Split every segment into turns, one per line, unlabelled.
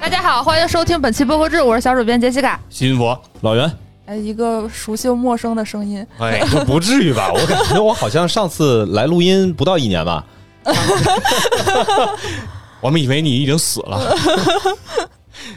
大家好，欢迎收听本期播客制，我是小主编杰西卡。
新佛老袁，
哎，一个熟悉又陌生的声音，
哎，
不至于吧？我感觉我好像上次来录音不到一年吧。
我们以为你已经死
啊
了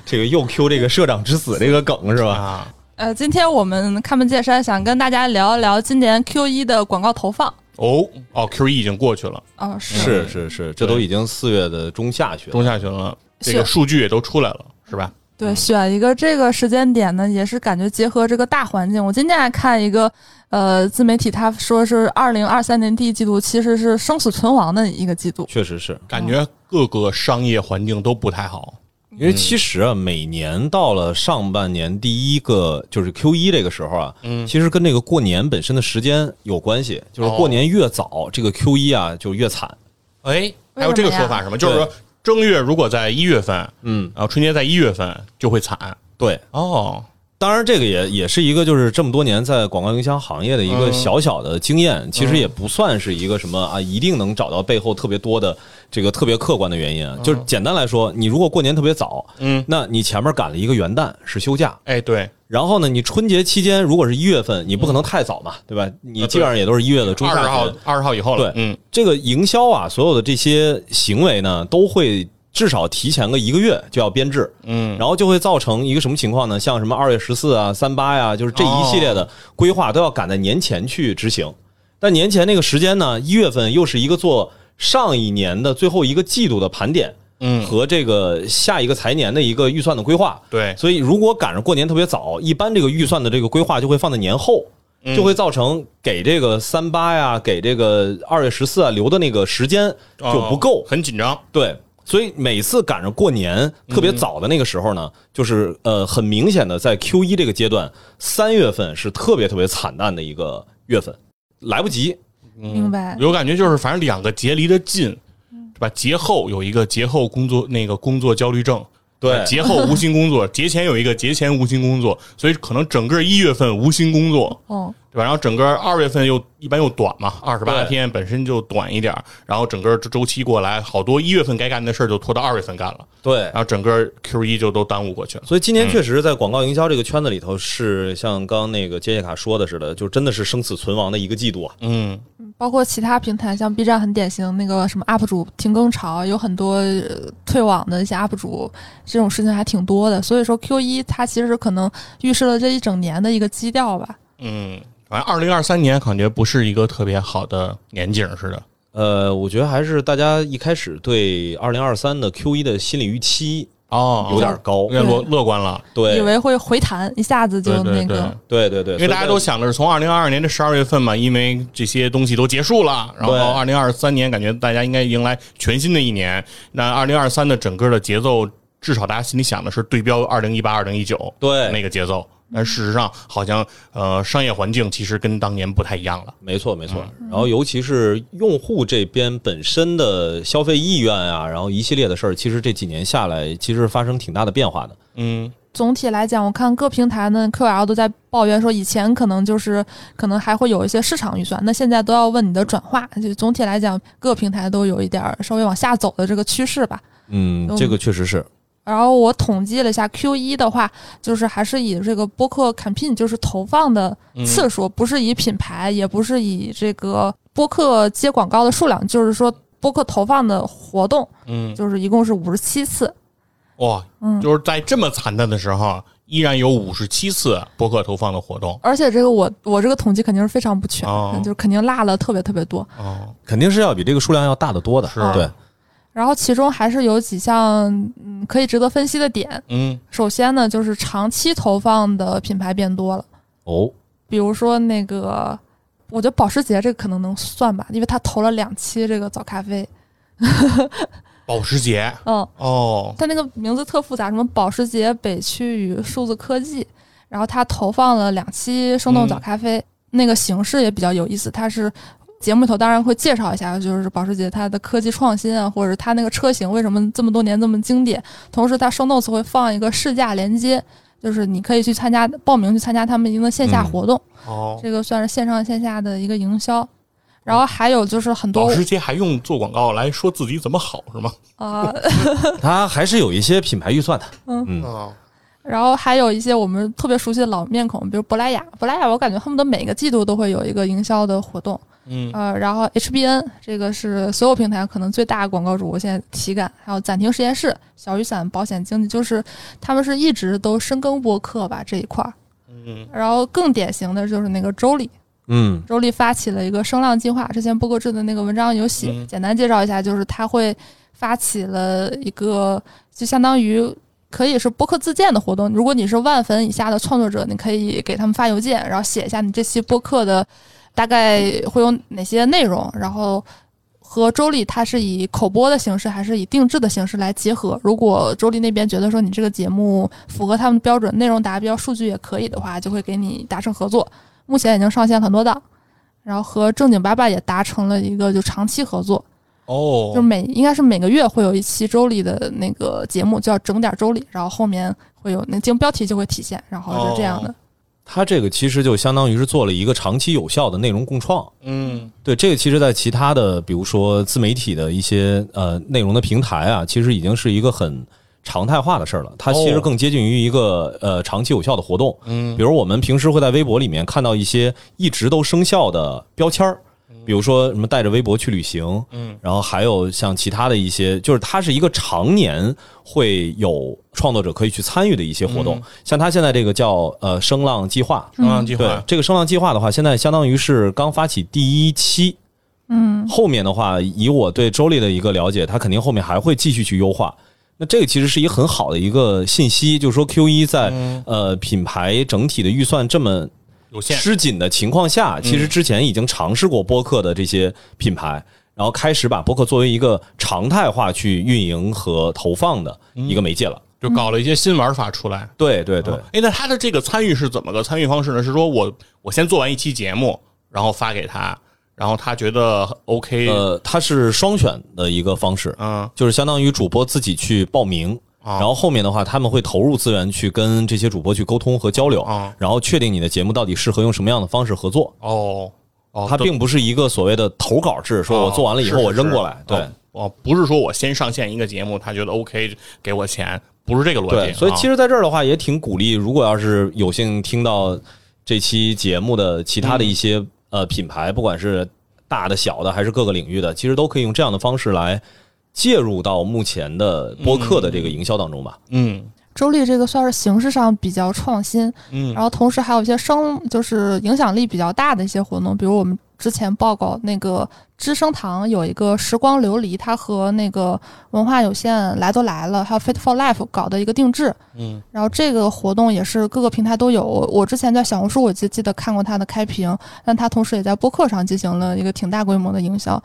这个又 Q 这个社长之死这个梗是吧？
啊！
呃，今天我们看门见山，想跟大家聊一聊今年 Q 一的广告投放。
哦哦，Q 一已经过去了，
啊、是
是是是，这都已经四月的嗯中下旬了，
中下旬了，这
是嗯
个数据也都出来了，是吧？
对，选一个这个时间点呢，也是感觉结合这个大环境。我今天还看一个呃自媒体，他说是二零二三年第一季度其实是生死存亡的一个季度。
确实是。
感觉各个商业环境都不太好，
因为其实啊，每年到了上半年第一个就是 Q 一这个时候啊，嗯，哦其实跟这个过年本身的时间有关系，就是过年越早，这个 Q 一啊就越惨。
哎，
为
还有这个
什么呀
说法是吗？就是说
对
正月如果在一月份，
嗯，
然后春节在一月份就会惨
对，
哦，
当然这个也也是一个就是这么多年在广告营销行业的一
嗯
个小小的经验，其实也不算是一个什么啊，一定能找到背后特别多的这个特别客观的原因啊。就是简单来说，你如果过年特别早，
嗯，
那你前面赶了一个元旦是休假，
哎，对，
然后呢，你春节期间如果是一月份，你不可能太早嘛，对吧？你基本上也都是一月的中
啊二
下
十
旬
号。二十号以后了
对，
嗯，
这个营销啊，所有的这些行为呢，都会至少提前个一个月就要编制，
嗯，
然后就会造成一个什么情况呢？像什么二月十四啊、三八呀，就是这
哦
一系列的规划都要赶在年前去执行。但年前那个时间呢，一月份又是一个做上一年的最后一个季度的盘点，
嗯
和这个下一个财年的一个预算的规划。
对，
所以如果赶上过年特别早，一般这个预算的这个规划就会放在年后，就会造成给这个三八呀、给这个二月十四啊留的那个时间就不够
哦。很紧张，
对，所以每次赶上过年特别早的那个时候呢，就是呃很明显的在 Q 一这个阶段，三月份是特别特别惨淡的一个月份，来不及。
明白。
有感觉就是反正两个节离得近，
嗯
对吧？节后有一个节后工作那个工作焦虑症，
对
节后无心工作，节前有一个节前无心工作，所以可能整个一月份无心工作，
哦，
对吧？然后整个二月份又一般又短嘛，二十八
对
天本身就短一点儿，然后整个这周期过来，好多一月份该干的事儿就拖到二月份干了，
对
然，后整个 Q 一就都耽误过去了。
啊所以今年确实在广告营销这个圈子里头，是像刚刚那个杰西卡说的似的，就真的是生死存亡的一个季度啊。
嗯，
包括其他平台，像 B 站很典型，那个什么 UP 主停更潮，有很多、呃退网的一些 UP 主，这种事情还挺多的。所以说 Q 一它其实可能预示了这一整年的一个基调吧。
嗯，反正二零二三年感觉不是一个特别好的年景似的。
呃，我觉得还是大家一开始对二零二三的 Q 一的心理预期
哦
有点高
有，点乐乐观了，
对
以，为会回弹，一下子就
对
那个
对
对对
对，
对，
因为大家都想的是从二零二二年的十二月份嘛，因为这些东西都结束了，然后
对
二零二三年感觉大家应该迎来全新的一年。那二零二三的整个的节奏，至少大家心里想的是对标二零一八、二零一九
对
那个节奏，但事实上好像呃商业环境其实跟当年不太一样了。
没错，没错。然后，尤其是用户这边本身的消费意愿啊，然后一系列的事儿，其实这几年下来，其实发生挺大的变化的。
嗯，
总体来讲，我看各平台呢 QL 都在抱怨说，以前可能就是可能还会有一些市场预算，那现在都要问你的转化。就总体来讲，各平台都有一点儿稍微往下走的这个趋势吧。
嗯
嗯
这个确实是。
然后我统计了一下，Q 一的话，就是还是以这个播客 campaign，就是投放的次数，不是以品牌，也不是以这个播客接广告的数量，就是说播客投放的活动，
嗯，
就是一共是五十七次。
哇，
嗯
就是在这么惨淡的时候，依然有五十七次博客投放的活动。
而且这个我我这个统计肯定是非常不全，
哦
就是肯定落了特别特别多。
哦，
肯定是要比这个数量要大得多的，
是
对，
然后其中还是有几项嗯可以值得分析的点。
嗯，
首先呢，就是长期投放的品牌变多了，
哦，
比如说那个，我觉得保时捷这个可能能算吧，因为他投了两期这个早咖啡，
保时捷
嗯，
哦，
他那个名字特复杂，什么保时捷北区与数字科技，然后他投放了两期生动早咖啡，那个形式也比较有意思，它是。节目里头当然会介绍一下，就是保时捷它的科技创新啊，或者它那个车型为什么这么多年这么经典。同时，它生动词会放一个试驾连接，就是你可以去参加报名去参加他们一个线下
嗯
活动。
哦，
这个算是线上线下的一个营销。然后还有就是很多
保 时捷还用做广告来说自己怎么好是吗？
啊、
它还是有一些品牌预算的。嗯
啊，
然后还有一些我们特别熟悉的老面孔，比如珀莱雅。珀莱雅我感觉恨不得每个季度都会有一个营销的活动。
嗯，
呃，然后 HBN 这个是所有平台可能最大的广告主，我现在体感，还有暂停实验室、小雨伞、保险经纪，就是他们是一直都深耕播客吧这一块儿。
嗯，
然后更典型的就是那个周丽，
嗯
周丽发起了一个声浪计划，之前播客制的那个文章有写，
嗯
简单介绍一下，就是他会发起了一个就相当于可以是播客自荐的活动。如果你是万粉以下的创作者，你可以给他们发邮件，然后写一下你这期播客的大概会有哪些内容，然后。和周丽，它是以口播的形式还是以定制的形式来结合？如果周丽那边觉得说你这个节目符合他们的标准，内容达标，数据也可以的话，就会给你达成合作。目前已经上线很多档，然后和正经八百也达成了一个就长期合作，
哦
嗯
就，每应该是每个月会有一期周丽的那个节目叫整点周丽，然后后面会有那经标题就会体现，然后是这样的。
它这个其实就相当于是做了一个长期有效的内容共创。
嗯
对，这个其实，在其他的，比如说自媒体的一些呃内容的平台啊，其实已经是一个很常态化的事儿了。它其实
哦
更接近于一个呃长期有效的活动。
嗯
比如我们平时会在微博里面看到一些一直都生效的标签儿，比如说什么带着微博去旅行，
嗯，
然后还有像其他的一些，就是它是一个常年会有创作者可以去参与的一些活动。
嗯
像它现在这个叫呃声浪计划，
声浪计
对
划，
这个声浪计划的话，现在相当于是刚发起第一期。嗯，后面的话，以我对周丽的一个了解，他肯定后面还会继续去优化。那这个其实是一个很好的一个信息，就是说 Q 一在、
嗯
呃品牌整体的预算这么
有限，
吃紧的情况下，
嗯
其实之前已经尝试过播客的这些品牌，然后开始把播客作为一个常态化去运营和投放的
嗯
一个媒介了。
就搞了一些新玩法出来。
对对对，
哎，那他的这个参与是怎么个参与方式呢？是说我我先做完一期节目，然后发给他，然后他觉得 OK，
呃，它是双选的一个方式，
嗯，
就是相当于主播自己去报名，
啊
然后后面的话他们会投入资源去跟这些主播去沟通和交流
啊，
然后确定你的节目到底适合用什么样的方式合作。
哦哦，
它
都
并不是一个所谓的投稿制，说我做完了以后
哦
我
是是
扔过来，对。
哦哦，不是说我先上线一个节目，他觉得 OK 给我钱，不是这个逻
对，
辑。
所以
啊
其实在这儿的话，也挺鼓励，如果要是有幸听到这期节目的其他的一些、呃品牌，不管是大的、小的，还是各个领域的，其实都可以用这样的方式来介入到目前的播客的这个营销当中吧。
嗯
周丽这个算是形式上比较创新，
啊
嗯
然后同时还有一些声就是影响力比较大的一些活动，比如我们之前报告那个知声堂有一个时光琉璃，它和那个文化有限来都来了，还有 Fit for Life 搞的一个定制，
嗯
然后这个活动也是各个平台都有。我我之前在小红书，我记记得看过它的开屏，但它同时也在播客上进行了一个挺大规模的营销，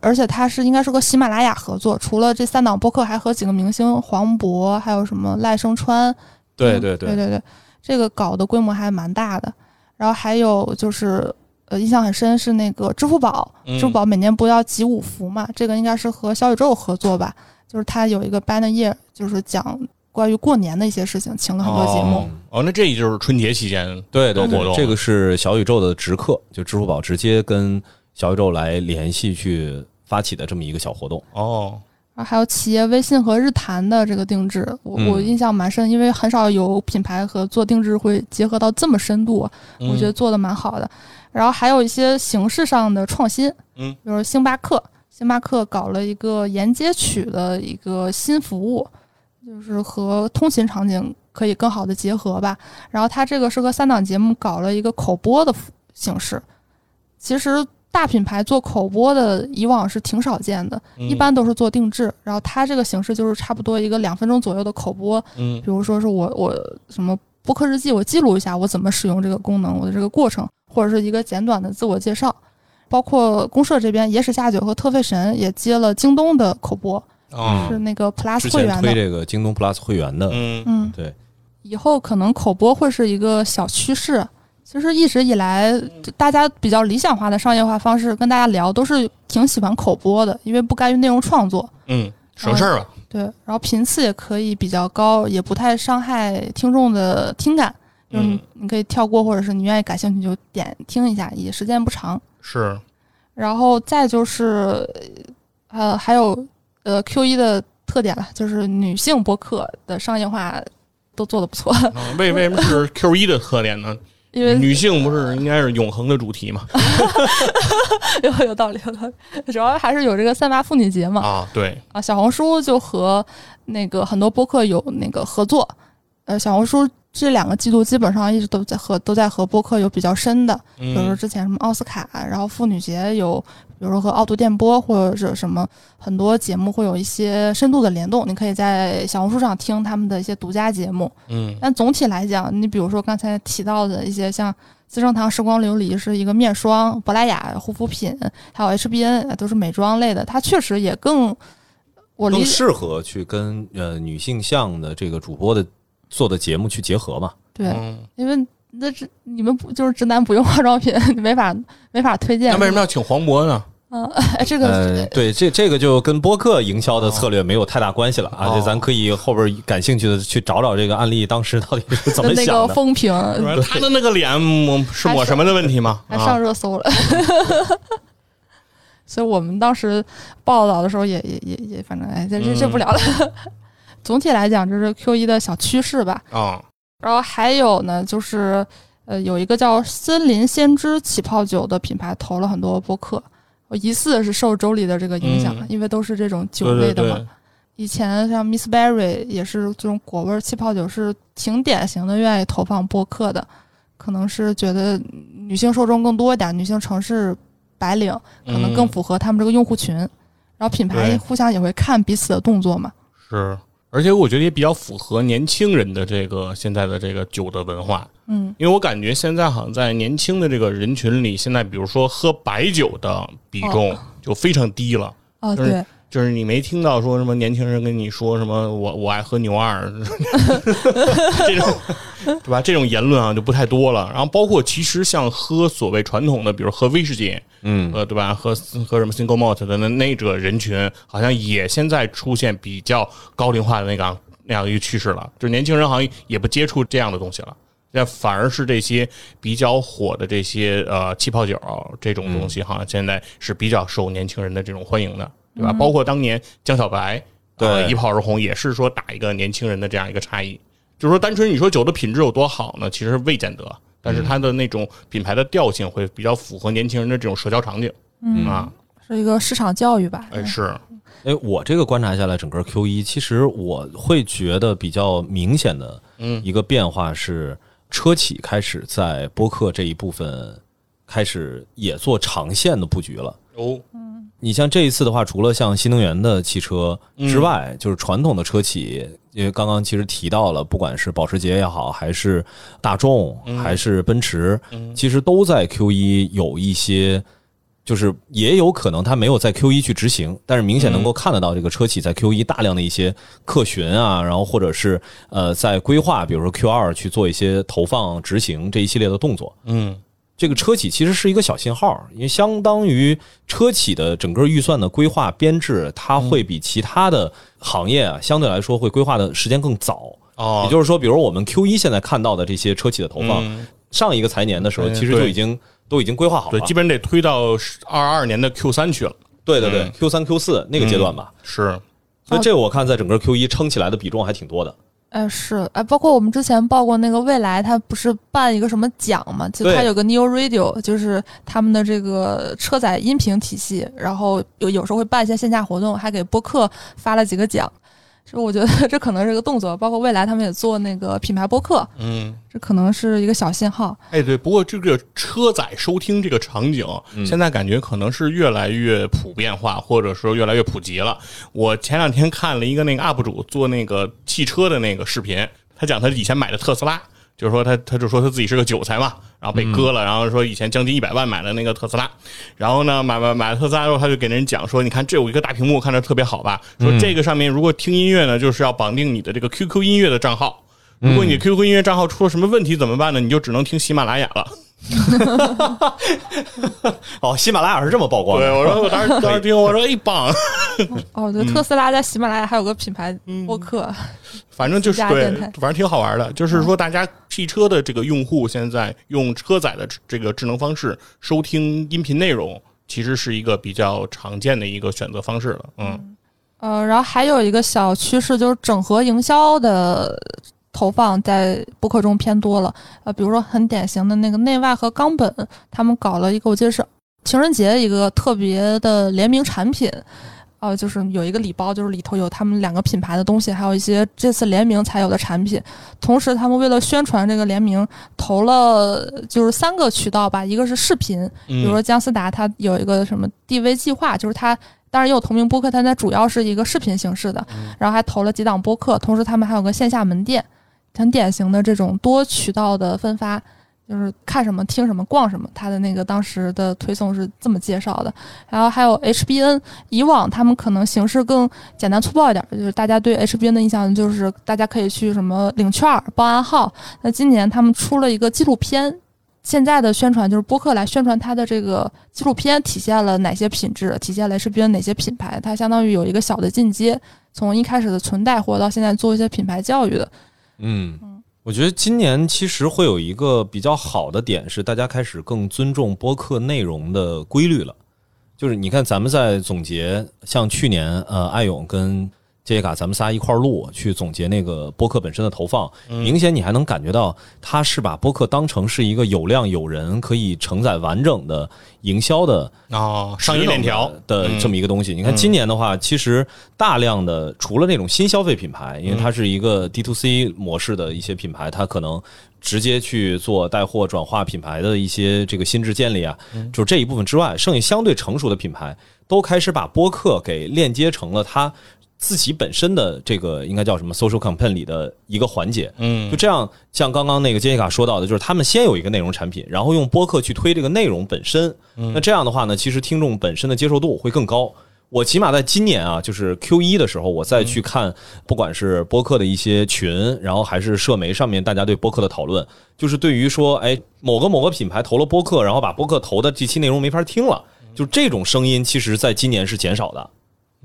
而且它是应该是和喜马拉雅合作，除了这三档播客，还和几个明星黄渤，还有什么赖声川，
对
嗯
对
对对对，这个搞的规模还蛮大的。然后还有就是，呃，印象很深是那个支付宝，
嗯
支付宝每年不要集五福嘛，这个应该是和小宇宙合作吧，就是它有一个 banner year，就是讲关于过年的一些事情，请了很多节目。
哦哦，那这就是春节期间
对对
活
对，
动
这个是小宇宙的直客，就支付宝直接跟小宇宙来联系去发起的这么一个小活动。
哦，
然后还有企业微信和日坛的这个定制，我、我
嗯
印象蛮深，因为很少有品牌和做定制会结合到这么深度，啊
嗯
我觉得做的蛮好的。然后还有一些形式上的创新，
嗯，
比如星巴克，星巴克搞了一个沿街取的一个新服务，就是和通勤场景可以更好的结合吧。然后它这个是和三档节目搞了一个口播的服形式，其实。大品牌做口播的以往是挺少见的，
嗯
一般都是做定制，然后它这个形式就是差不多一个两分钟左右的口播，
嗯
比如说是我我什么播客日记，我记录一下我怎么使用这个功能，我的这个过程，或者是一个简短的自我介绍。包括公社这边，野史下酒和特费神也接了京东的口播，
啊
是那个
之
Plus 会
前
员
推
的。
这个京东 Plus 会员的，
嗯
嗯，
对，
以后可能口播会是一个小趋势。其实一直以来，大家比较理想化的商业化方式跟大家聊，都是挺喜欢口播的，因为不甘于内容创作。
嗯，省事儿了。
对，然后频次也可以比较高，也不太伤害听众的听感。就是你
嗯
你可以跳过，或者是你愿意感兴趣就点听一下，也时间不长。
是，
然后再就是，呃，还有呃 Q 一的特点了，就是女性博客的商业化都做得不错，
嗯为为什么是 Q 一的特点呢？
因为
女性不是应该是永恒的主题嘛？
有有道理，有道理，主要还是有这个三八妇女节嘛。
啊，对，
啊，小红书就和那个很多播客有那个合作，呃，小红书这两个季度基本上一直都在和都在和播客有比较深的，比如说
嗯，
之前什么奥斯卡，然后妇女节有，比如说和凹凸电波或者什么很多节目会有一些深度的联动，你可以在小红书上听他们的一些独家节目。
嗯，
但总体来讲，你比如说刚才提到的一些像资生堂时光琉璃是一个面霜，珀莱雅护肤品，还有 HBN 呃都是美妆类的，它确实也更我理
更
解
适合去跟呃女性向的这个主播的做的节目去结合嘛。
对，
嗯
因为那这你们不就是直男不用化妆品， 你没法没法推荐。
那为什么要请黄渤呢？
哎这个、哦
呃，对，这这个就跟播客营销的策略没有太大关系了啊。
哦
这咱可以后边感兴趣的去找找这个案例，当时到底是怎
的
么
那
想
个
的。
风评
说他的那个脸我是我什么的问题吗？
呃还上
啊，
热搜了。 所以我们当时报道的时候也也也也，反正哎，这这这不聊了。
嗯
总体来讲，这是 Q 一的小趋势吧。
啊，
然后还有呢，就是呃，有一个叫“森林先知”起泡酒的品牌投了很多播客，我疑似是受周丽的这个影响，
嗯
因为都是这种酒
对
类
对
的嘛。
对，
以前像 Miss Berry 也是这种果味儿气泡酒，是挺典型的愿意投放播客的，可能是觉得女性受众更多一点，女性城市白领可能更
嗯
符合他们这个用户群，然后品牌
对
互相也会看彼此的动作嘛。
是，而且我觉得也比较符合年轻人的这个现在的这个酒的文化，
嗯，
因为我感觉现在好像在年轻的这个人群里，现在比如说喝白酒的比重就非常低了。
哦
就是
对，
就是你没听到说什么年轻人跟你说什么我我爱喝牛二 这种，对吧？这种言论啊就不太多了。然后包括其实像喝所谓传统的，比如喝威士忌，
嗯，
呃，对吧？喝喝什么 single malt 的那那个人群，好像也现在出现比较高龄化的那个那样一个趋势了，就是年轻人好像也不接触这样的东西了。那反而是这些比较火的这些呃气泡酒这种
嗯
东西，好像现在是比较受年轻人的这种欢迎的，对吧？包括当年江小白呃
嗯对
一炮而红，也是说打一个年轻人的这样一个差异。就是说，单纯你说酒的品质有多好呢？其实未见得，但
嗯
是它的那种品牌的调性会比较符合年轻人的这种社交场景、
嗯，
啊。
是一个市场教育吧。
哎，是，
哎，我这个观察下来，整个 Q 一其实我会觉得比较明显的
嗯
一个变化是，车企开始在播客这一部分开始也做长线的布局了。
哦，
你像这一次的话，除了像新能源的汽车之外，就是传统的车企，因为刚刚其实提到了，不管是保时捷也好，还是大众，还是奔驰，其实都在 Q 一有一些，就是也有可能它没有在 Q 一去执行，但是明显能够看得到这个车企在 Q 一大量的一些客询啊，然后或者是呃在规划，比如说 Q 二去做一些投放、执行这一系列的动作。
嗯，
这个车企其实是一个小信号，因为相当于车企的整个预算的规划编制，它会比其他的行业啊相对来说会规划的时间更早。
哦，
也就是说，比如我们 Q 一现在看到的这些车企的投放，
嗯
上一个财年的时候
嗯
其实就已经啊都已经规划好了
对，。基本得推到二二年的 Q 三去了。
对对对
嗯
，Q 三 Q 四那个阶段吧。
是，
所以这个我看在整个 Q 一撑起来的比重还挺多的。
哎，是哎，包括我们之前报过那个未来，它不是办一个什么奖嘛？就它
对
有个 Neo Radio，就是他们的这个车载音频体系，然后有有时候会办一些线下活动，还给播客发了几个奖。这我觉得 这可能是个动作，包括未来他们也做那个品牌播客，
嗯，
这可能是一个小信号。
哎，对，不过这个车载收听这个场景，现在感觉可能是越来越普遍化，或者说越来越普及了。我前两天看了一个那个 UP 主做那个汽车的那个视频，他讲他以前买的特斯拉。就是说他，他就说他自己是个韭菜嘛，然后被割了，然后说以前将近一百万买的那个特斯拉，然后呢，买买买了特斯拉之后，他就给人讲说，你看这有一个大屏幕，看着特别好吧？说这个上面如果听音乐呢，就是要绑定你的这个 QQ 音乐的账号，如果你 QQ 音乐账号出了什么问题怎么办呢？你就只能听喜马拉雅了。
哦，喜马拉雅是这么曝光
对，
的。
我说我当时当时听，我说哎棒，
哦，我觉得特斯拉在喜马拉雅还有个品牌播客，
反正就
嗯
是
私家
对
电台，嗯
反正挺好玩的。就是说，大家汽车的这个用户现在用车载的这个智能方式收听音频内容，其实是一个比较常见的一个选择方式了。嗯，
呃，然后还有一个小趋势就是整合营销的投放在播客中偏多了。呃，比如说很典型的那个内外和冈本，他们搞了一个，我记得是情人节一个特别的联名产品。呃，就是有一个礼包，就是里头有他们两个品牌的东西，还有一些这次联名才有的产品。同时，他们为了宣传这个联名，投了就是三个渠道吧，一个是视频，嗯
比
比如说姜思达，他有一个什么 DV 计划，就是他当然也有同名播客，但它主要是一个视频形式的，然后还投了几档播客，同时他们还有个线下门店，很典型的这种多渠道的分发，就是看什么听什么逛什么，他的那个当时的推送是这么介绍的。然后还有 HBN，以往他们可能形式更简单粗暴一点，就是大家对 HBN 的印象就是大家可以去什么领券儿、报暗号。那今年他们出了一个纪录片，现在的宣传就是播客来宣传它的这个纪录片体现了哪些品质，体现了 HBN 哪些品牌，它相当于有一个小的进阶，从一开始的纯带货到现在做一些品牌教育的。
嗯，我觉得今年其实会有一个比较好的点是，大家开始更尊重播客内容的规律了。就是你看，咱们在总结，像去年呃，艾勇跟杰西卡，咱们仨一块儿录去总结那个播客本身的投放，明显你还能感觉到他是把播客当成是一个有量有人可以承载完整的营销的
哦，上一链条嗯
的这么一个东西。你看今年的话，其实大量的除了那种新消费品牌，
嗯
因为它是一个 D to C 模式的一些品牌，它可能直接去做带货转化品牌的一些这个心智建立啊，
嗯
就是这一部分之外，剩下相对成熟的品牌都开始把播客给链接成了它。自己本身的这个应该叫什么 social campaign 里的一个环节，
嗯
就这样，像刚刚那个杰西卡说到的，就是他们先有一个内容产品，然后用播客去推这个内容本身。那这样的话呢，其实听众本身的接受度会更高。我起码在今年啊，就是 Q 一的时候，我再去看，不管是播客的一些群，然后还是社媒上面大家对播客的讨论，就是对于说，哎，某个某个品牌投了播客，然后把播客投的这期内容没法听了，就这种声音，其实在今年是减少的。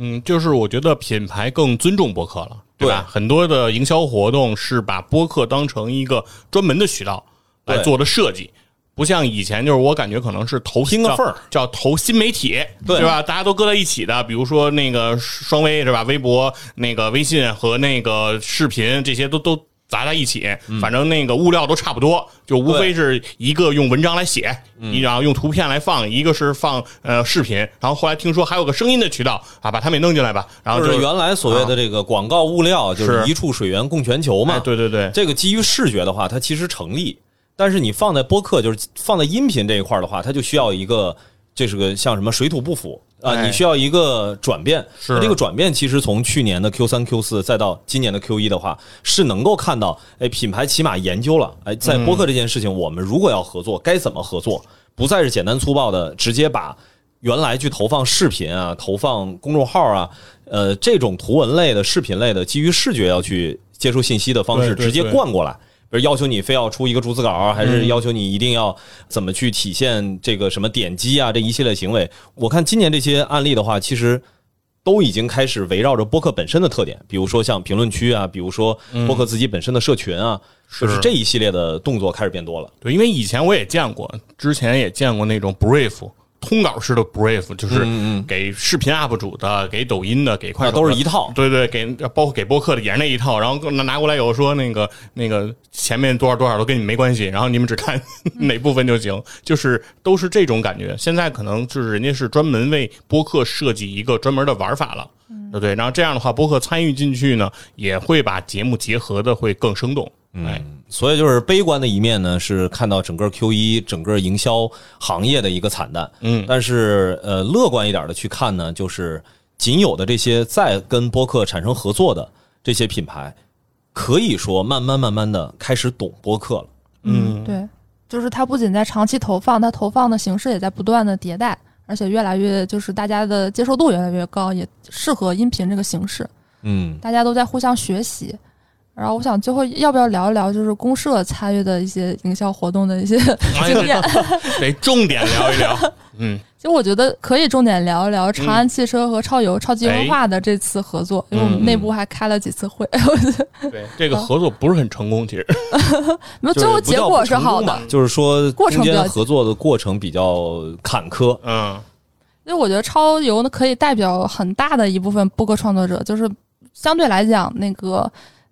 嗯，就是我觉得品牌更尊重播客了，对吧？
对
很多的营销活动是把播客当成一个专门的渠道来
对
做的设计，不像以前就是我感觉可能是投
拼个
叫
份儿
叫投新媒体，
对
是吧？大家都搁在一起的，比如说那个双微是吧？微博、那个微信和那个视频这些都都。砸在一起，反正那个物料都差不多，就无非
嗯对嗯
是一个用文章来写，然后用图片来放，一个是放呃视频，然后后来听说还有个声音的渠道啊，把他们也弄进来吧，然后
就
就是
原来所谓的这个广告物料，就是
是
一处水源供全球嘛。
哎，对对对，
这个基于视觉的话，它其实成立，但是你放在播客，就是放在音频这一块儿的话，它就需要一个，这是个像什么水土不服啊、
哎
你需要一个转变。
是
那这个转变，其实从去年的 Q 三、Q 四，再到今年的 Q 一的话，是能够看到，哎，品牌起码研究了，哎，在播客这件事情，我们如果要合作，该怎么合作，不再是简单粗暴的直接把。原来去投放视频啊，投放公众号啊，呃，这种图文类的、视频类的，基于视觉要去接收信息的方式，
对对
直接
对嗯
灌过来。比如要求你非要出一个逐字稿啊，还是要求你一定要怎么去体现这个什么点击啊，这一系列行为。我看今年这些案例的话，其实都已经开始围绕着播客本身的特点，比如说像评论区啊，比如说
嗯
播客自己本身的社群啊，就是这一系列的动作开始变多了。
对，因为以前我也见过，之前也见过那种 brief 通稿式的 brief，就是给视频 UP 主的、给抖音的、给快手
嗯
的
啊都是一套
对对，给包括给播客的也是那一套，然后拿拿过来有说那个那个前面多少多少都跟你没关系，然后你们只看 哪部分就行，就是都是这种感觉。现在可能就是人家是专门为播客设计一个专门的玩法了。对不对，然后这样的话，播客参与进去呢，也会把节目结合的会更生动。
嗯
哎，
所以就是悲观的一面呢，是看到整个 Q 一整个营销行业的一个惨淡。嗯，但是呃，乐观一点的去看呢，就是仅有的这些在跟播客产生合作的这些品牌，可以说慢慢慢慢的开始懂播客了。
嗯，对，就是它不仅在长期投放，它投放的形式也在不断的迭代，而且越来越就是大家的接受度越来越高，也适合音频这个形式，
嗯，
大家都在互相学习。然后我想最后要不要聊一聊，就是公社参与的一些营销活动的一些经验。
哎 得重点聊一聊。嗯，
其实我觉得可以重点聊一聊长
嗯
安汽车和超
哎
游、超级文化的这次合作，因为我们内部还开了几次会， 我觉得
对，这个合作不是很成功，其实。
没有
就
最后
是不
结
叫
果
不
是
成
好
功吧
的，
就是说
过程
中
比较
间合作的过程比较坎坷，
嗯，
所以我觉得超游呢可以代表很大的一部分播客创作者，就是相对来讲，那个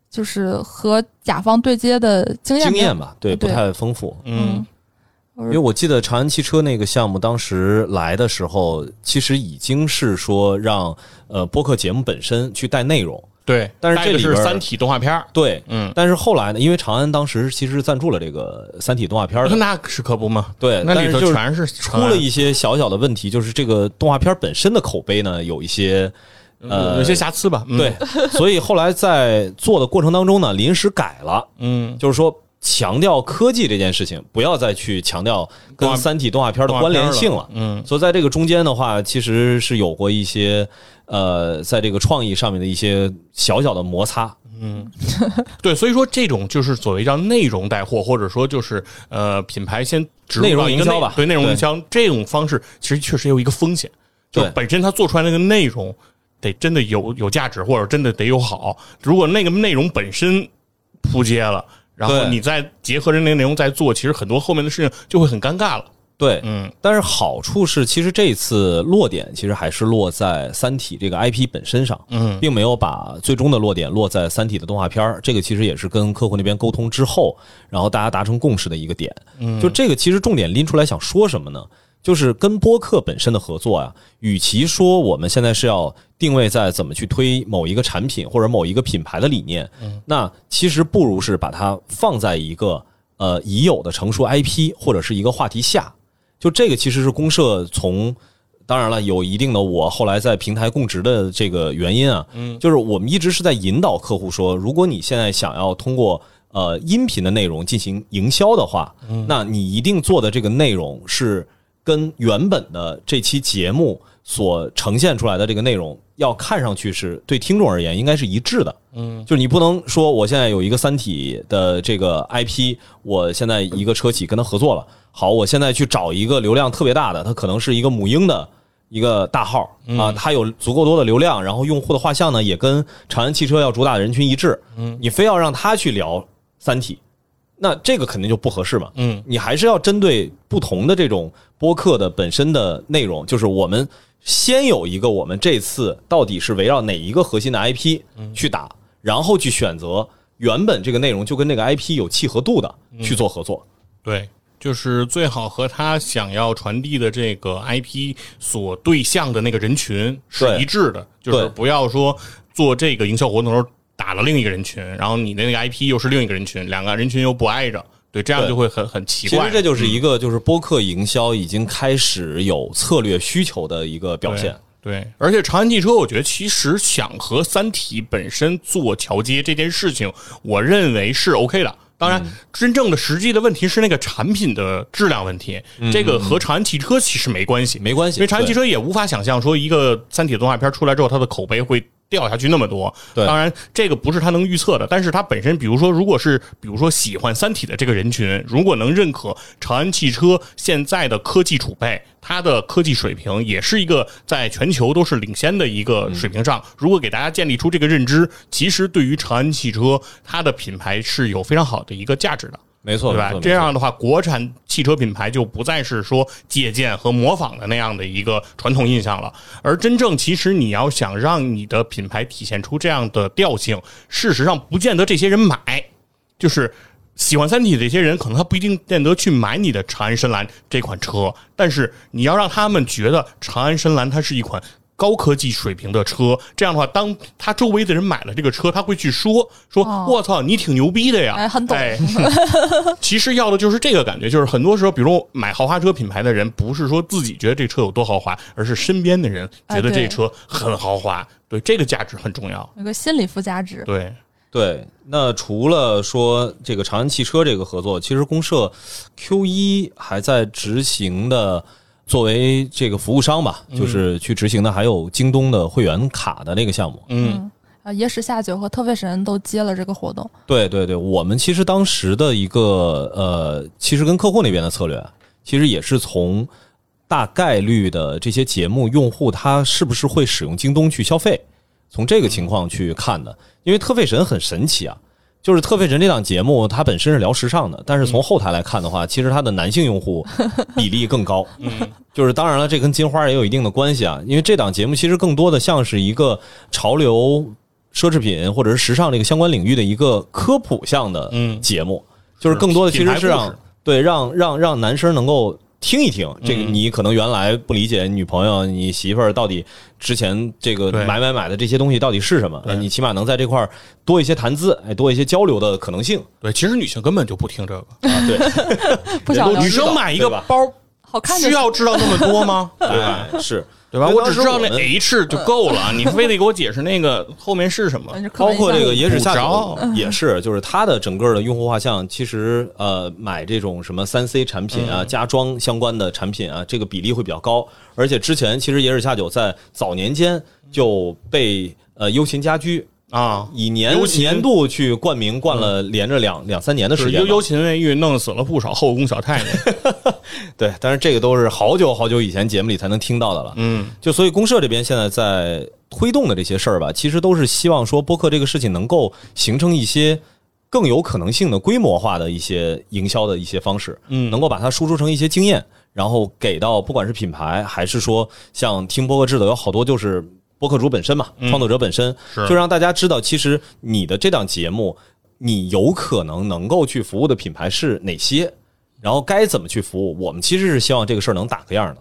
就是和甲方对接的经验
经
比较
验吧，对，不
对
太丰富。
嗯，
因为我记得长安汽车那个项目当时来的时候，其实已经是说让呃播客节目本身去带内容，
对。
但是
再
这
一个
里
是
边
《
儿
三体》动画片儿，
对，
嗯，
但是后来呢，因为长安当时其实是赞助了这个《三体》动画片的，
那是可不嘛。
对，
那
呃但
里
是
头
就是
全是呃
出了一些小小的问题，就是这个动画片本身的口碑呢有一些呃
呃有些瑕疵吧。嗯
对，，所以后来在做的过程当中呢，临时改了，
嗯，
就是说强调科技这件事情，不要再去强调跟
动画
《三体》动画片的
动画
关
片
联
儿
性
了
了。
嗯，
所以在这个中间的话，其实是有过一些呃，在这个创意上面的一些小小的摩擦。
对，所以说这种就是所谓叫内容带货，或者说就是呃品牌先植入
内容
到一个
营销
内
吧
对内容
对
营销这种方式，其实确实有一个风险，就
对
本身它做出来那个内容得真的有有价值，或者真的得有好。如果那个内容本身扑街了，然后
对
你再结合着那个内容再做，其实很多后面的事情就会很尴尬了。
对，
嗯，
但是好处是，其实这一次落点其实还是落在《三体》这个 IP 本身上，
嗯，
并没有把最终的落点落在《三体》的动画片儿。这个其实也是跟客户那边沟通之后，然后大家达成共识的一个点。嗯，就这个其实重点拎出来想说什么呢？就是跟播客本身的合作啊，与其说我们现在是要定位在怎么去推某一个产品或者某一个品牌的理念，
嗯
那其实不如是把它放在一个呃已有的成熟 IP 或者是一个话题下，就这个其实是公社从，当然了，有一定的我后来在平台供职的这个原因啊，嗯，就是我们一直是在引导客户说，如果你现在想要通过呃音频的内容进行营销的话，嗯，那你一定做的这个内容是跟原本的这期节目所呈现出来的这个内容，要看上去是对听众而言应该是一致的，就是你不能说我现在有一个《三体》的这个 IP，我现在一个车企跟他合作了，好，我现在去找一个流量特别大的，它可能是一个母婴的一个大号啊，它有足够多的流量，然后用户的画像呢也跟长安汽车要主打的人群一致，嗯，你非要让他去聊《三体》，那这个肯定就不合适嘛，
嗯，
你还是要针对不同的这种播客的本身的内容，就是我们先有一个我们这次到底是围绕哪一个核心的 IP
嗯
去打，然后去选择原本这个内容就跟那个 IP 有契合度的
嗯
去做合作。
对，就是最好和他想要传递的这个 IP 所对象的那个人群是
对
一致的，就是
对
不要说做这个营销活动的时候打了另一个人群，然后你的那个 IP 又是另一个人群，两个人群又不挨着，对，这样
对
就会很很奇
其实
怪。
这就是一
嗯
个就是播客营销已经开始有策略需求的一个表
对
现。
对，而且长安汽车，我觉得其实想和《三体》本身做桥接这件事情，我认为是 OK 的。当
嗯
然，真正的实际的问题是那个产品的质量问题，
嗯
这个和长安汽车其实没关系，
没关系
因为长安汽车也无法想象说一个《三体》动画片出来之后，它的口碑会。掉下去那么多，
对
当然这个不是他能预测的，但是他本身，比如说，如果是比如说喜欢《三体》的这个人群，如果能认可长安汽车现在的科技储备，它的科技水平也是一个在全球都是领先的
嗯
一个水平上，如果给大家建立出这个认知，其实对于长安汽车它的品牌是有非常好的一个价值的。
没错，
对
没
吧
错？
这样的话，国产汽车品牌就不再是说借鉴和模仿的那样的一个传统印象了。而真正其实你要想让你的品牌体现出这样的调性，事实上不见得这些人买，就是。喜欢三体的这些人，可能他不一定见得去买你的长安深蓝这款车，但是你要让他们觉得长安深蓝它是一款高科技水平的车，这样的话，当他周围的人买了这个车，他会去说说
哦：“
我操，你挺牛逼的呀！”
哎很懂
哎其实要的就是这个感觉，就是很多时候，比如买豪华车品牌的人，不是说自己觉得这车有多豪华，而是身边的人觉得
啊对
这车很豪华，对这个价值很重要。
有个心理附加值。
对，
对，那除了说这个长安汽车这个合作，其实公社 Q 一还在执行的，作为这个服务商吧，就是去执行的还有京东的会员卡的那个项目。
嗯
啊，野史下酒和特费神都接了这个活动，
对对对，我们其实当时的一个呃，其实跟客户那边的策略，啊其实也是从大概率的这些节目用户他是不是会使用京东去消费，从这个情况去看的。因为特费神很神奇啊，就是《特费神》这档节目，它本身是聊时尚的，但是从后台来看的话，其实它的男性用户比例更高。
嗯，
就是当然了，这跟金花也有一定的关系啊，因为这档节目其实更多的像是一个潮流、奢侈品或者是时尚这个相关领域的一个科普项的
嗯
节目，就是更多的其实是
品牌故
让
事
对让让让男生能够听一听这个，
嗯
你可能原来不理解你女朋友、你媳妇儿到底之前这个
对
买买买的这些东西到底是什么，
对
你起码能在这块儿多一些谈资，哎，多一些交流的可能性
对，其实女性根本就不听这个。
啊，对，
不想
人都
聊
女
知道
生买一个
对吧
包，
好看就
需
行。
要知道那么多吗？ 对吧？
哎，是
对吧？
所以
我
当
只
时
知道那
我们
H 就够 了，你非得给我解释那个后面是什么
嗯？就刻
包
板
括
印
这
象
个野史下
不
酒
着
也是，就是它的整个的用户画像，其实呃，买这种什么三 C 产品
嗯
啊、家装相关的产品啊，这个比例会比较高。而且之前其实野史下酒在早年间就被呃优琴家居
啊？
以年
优琴
年度去冠名冠了连着两两三年的
就是
时间
幽
吧，
幽秦卫玉弄死了不少后宫小太监。
对，但是这个都是好久好久以前节目里才能听到的了。
嗯，
就所以公社这边现在在推动的这些事儿吧，其实都是希望说播客这个事情能够形成一些更有可能性的规模化的一些营销的一些方式，
嗯
能够把它输出成一些经验，然后给到不管是品牌还是说像听播客制的，有好多就是播客主本身嘛，创作者本身，
嗯是
就让大家知道，其实你的这档节目，你有可能能够去服务的品牌是哪些。然后该怎么去服务？我们其实是希望这个事儿能打个样儿的。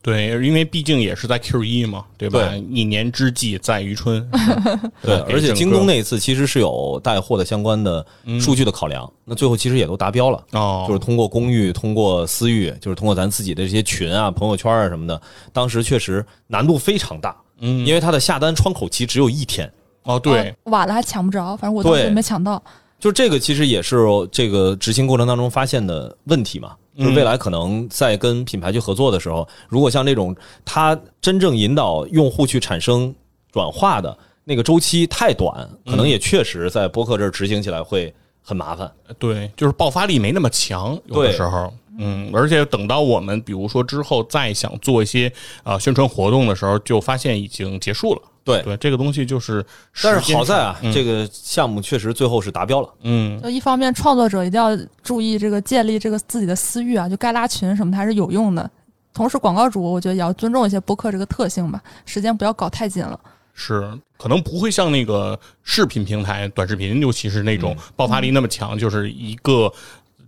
对，因为毕竟也是在 Q 一嘛，对吧？
对
一年之计在于春。
对，
给
而且
整
京
个
东那一次其实是有带货的相关的数据的考量，那最后其实也都达标了。
嗯哦，
就是通过公域，通过私域，就是通过咱自己的这些群啊、朋友圈啊什么的，当时确实难度非常大，
嗯，
因为它的下单窗口期只有一天。
哦，对，
啊晚了还抢不着，反正我当时
对
也没抢到。
就这个其实也是这个执行过程当中发现的问题嘛，
嗯
就是未来可能在跟品牌去合作的时候，如果像这种它真正引导用户去产生转化的那个周期太短，可能也确实在播客这儿执行起来会很麻
嗯
烦。
对，就是爆发力没那么强，有的
对
时候。嗯，而且等到我们比如说之后再想做一些啊、呃宣传活动的时候，就发现已经结束了。
对
对，这个东西就是时
但
间嗯上，
是好在啊，这个项目确实最后是达标了。
嗯，
就一方面，创作者一定要注意这个建立这个自己的私域啊，就该拉群什么的还是有用的。同时，广告主我觉得也要尊重一些播客这个特性吧，时间不要搞太紧了。
是，可能不会像那个视频平台、短视频，尤其是那种爆发力那么强，就是一个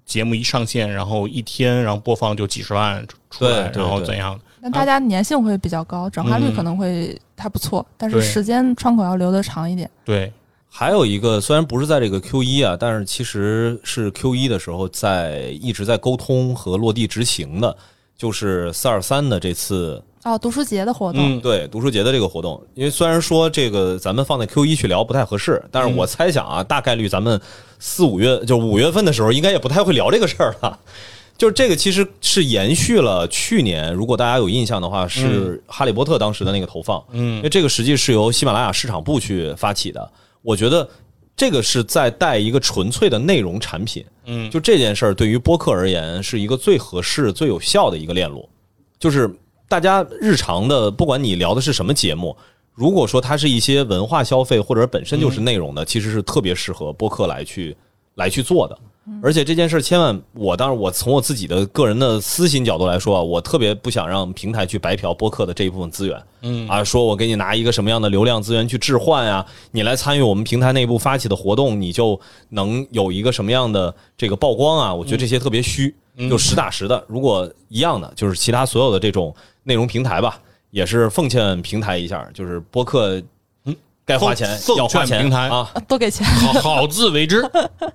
节目一上线，然后一天，然后播放就几十万出出来，
对对
然后
对
怎样？
但大家粘性会比较高，转化率
嗯
可能会还不错，但是
对
时间窗口要留得长一点。
对，
还有一个虽然不是在这个 Q 一啊，但是其实是 Q 一的时候在一直在沟通和落地执行的，就是四二三的这次
哦，读书节的活动，
嗯，
啊对读书节的这个活动，因为虽然说这个咱们放在 Q 一去聊不太合适，但
嗯
是我猜想啊，大概率咱们四五月就五月份的时候，应该也不太会聊这个事儿了。就是这个其实是延续了去年，如果大家有印象的话，
嗯
是《哈利波特》当时的那个投放，嗯，因为这个实际是由喜马拉雅市场部去发起的，我觉得这个是在带一个纯粹的内容产品，
嗯，
就这件事儿对于播客而言是一个最合适、最有效的一个链路，就是大家日常的，不管你聊的是什么节目，如果说它是一些文化消费或者本身就是内容的，其实是特别适合播客来去来去做的。
嗯
而且这件事儿，千万我当然我从我自己的个人的私心角度来说啊，我特别不想让平台去白嫖播客的这一部分资源，嗯啊，说我给你拿一个什么样的流量资源去置换啊，你来参与我们平台内部发起的活动，你就能有一个什么样的这个曝光啊？我觉得这些特别虚，
嗯
就实打实的。如果一样的，就是其他所有的这种内容平台吧，也是奉劝平台一下，就是播客，嗯，该花钱
奉
要花
奉劝
钱
平台
啊，
呃多给钱。
好好自为之。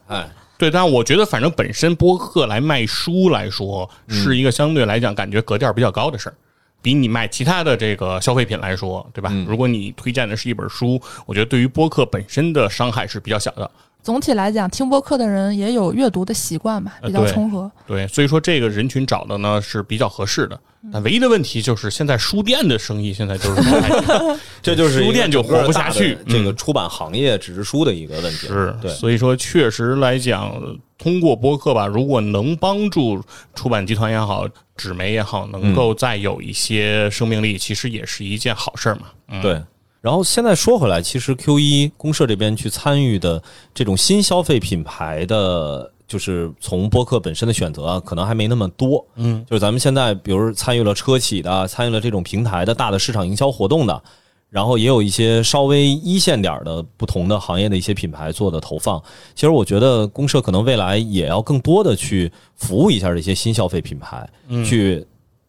哎，
对，但我觉得反正本身播客来卖书来说，是一个相对来讲感觉格调比较高的事儿。比你卖其他的这个消费品来说，对
嗯
吧？如果你推荐的是一本书，我觉得对于播客本身的伤害是比较小的。
总体来讲，听播客的人也有阅读的习惯吧，
呃
比较
对
重合。
对，所以说这个人群找的呢是比较合适的，但唯一的问题就是现在书店的生意现在就是不太行
这就是一个
书店就活不下去嗯
整个大的这个出版行业纸质书的一个问题。
是，
对，
所以说确实来讲，通过播客吧，如果能帮助出版集团也好，纸媒也好，能够再有一些生命力，其实也是一件好事儿嘛。嗯，
对。然后现在说回来，其实 Q 一公社这边去参与的这种新消费品牌的，就是从播客本身的选择啊，可能还没那么多。
嗯，
就是咱们现在，比如参与了车企的，参与了这种平台的大的市场营销活动的，然后也有一些稍微一线点儿的不同的行业的一些品牌做的投放。其实我觉得公社可能未来也要更多的去服务一下这些新消费品牌，去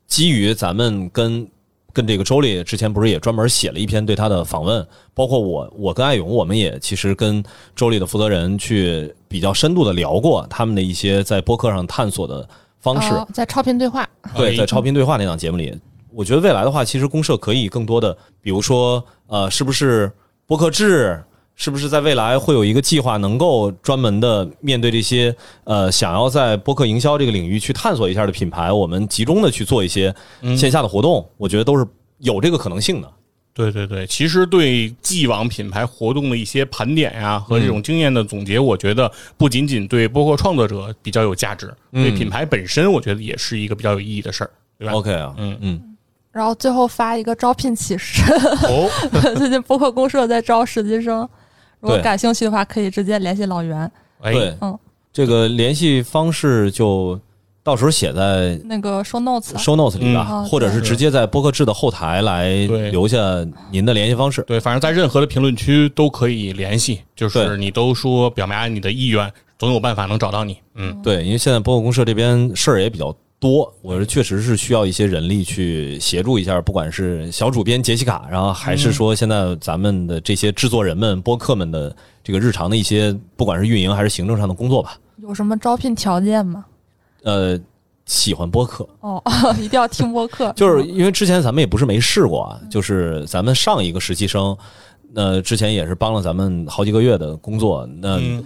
基于咱们跟跟这个周丽之前不是也专门写了一篇对他的访问，包括我我跟艾勇，我们也其实跟周丽的负责人去比较深度的聊过他们的一些在播客上探索的方式。
哦在超频对话，
对，
哎
在超频对话那档节目里，我觉得未来的话，其实公社可以更多的，比如说，呃，是不是播客制？是不是在未来会有一个计划，能够专门的面对这些呃想要在播客营销这个领域去探索一下的品牌，我们集中的去做一些
嗯
线下的活动？我觉得都是有这个可能性的。
对对对，其实对既往品牌活动的一些盘点呀、和这种经验的总结，我觉得不仅仅对包括创作者比较有价值，对品牌本身，我觉得也是一个比较有意义的事儿，对吧？
OK 啊，
嗯
嗯，
然后最后发一个招聘启事。
哦，
最近播客公社在招实习生，如果
对
感兴趣的话，可以直接联系老袁。
哎，
对，
嗯
这个联系方式就到时候写在
那个 show notes 啊
show notes 里吧，
嗯哦
或者是
对
直接在播客制的后台来
对
留下您的联系方式。
对，反正在任何的评论区都可以联系，就是
对
你都说表达你的意愿，总有办法能找到你。嗯，
对，因为现在播客公社这边事儿也比较多，我是确实是需要一些人力去协助一下，不管是小主编杰西卡，然后还是说现在咱们的这些制作人们、播客们的这个日常的一些，不管是运营还是行政上的工作吧。
有什么招聘条件吗？
呃，喜欢播客，
哦，一定要听播客，
就是因为之前咱们也不是没试过啊，就是咱们上一个实习生，那、之前也是帮了咱们好几个月的工作，那、
嗯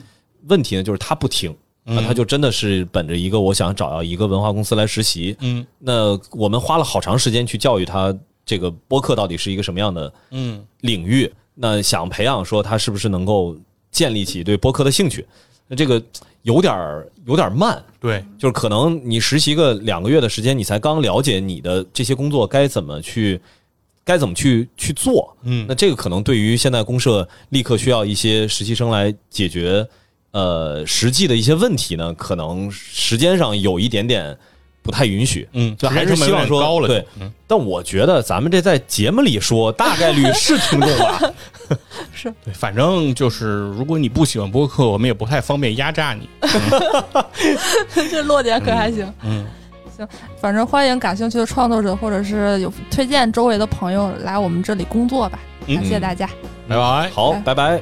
问题呢就是他不听，那他就真的是本着一个我想找到一个文化公司来实习，
嗯
那我们花了好长时间去教育他这个播客到底是一个什么样的
嗯
领域，那想培养说他是不是能够建立起对播客的兴趣，那这个有点儿有点儿慢，
对，
就是可能你实习个两个月的时间，你才刚了解你的这些工作该怎么去，该怎么去去做。
嗯
那这个可能对于现在公社立刻需要一些实习生来解决，呃，实际的一些问题呢，可能时间上有一点点不太允许。
嗯，
就还是
时间
希
成本
望
有点高
说
了，
对，
嗯，
但我觉得咱们这在节目里说，大概率是听众吧。
对，反正就是如果你不喜欢播客，我们也不太方便压榨你。
这落点可还行。
嗯，
反正欢迎感兴趣的创作者，或者是有推荐周围的朋友来我们这里工作吧。
嗯
感谢大家。
拜拜。
好，拜拜。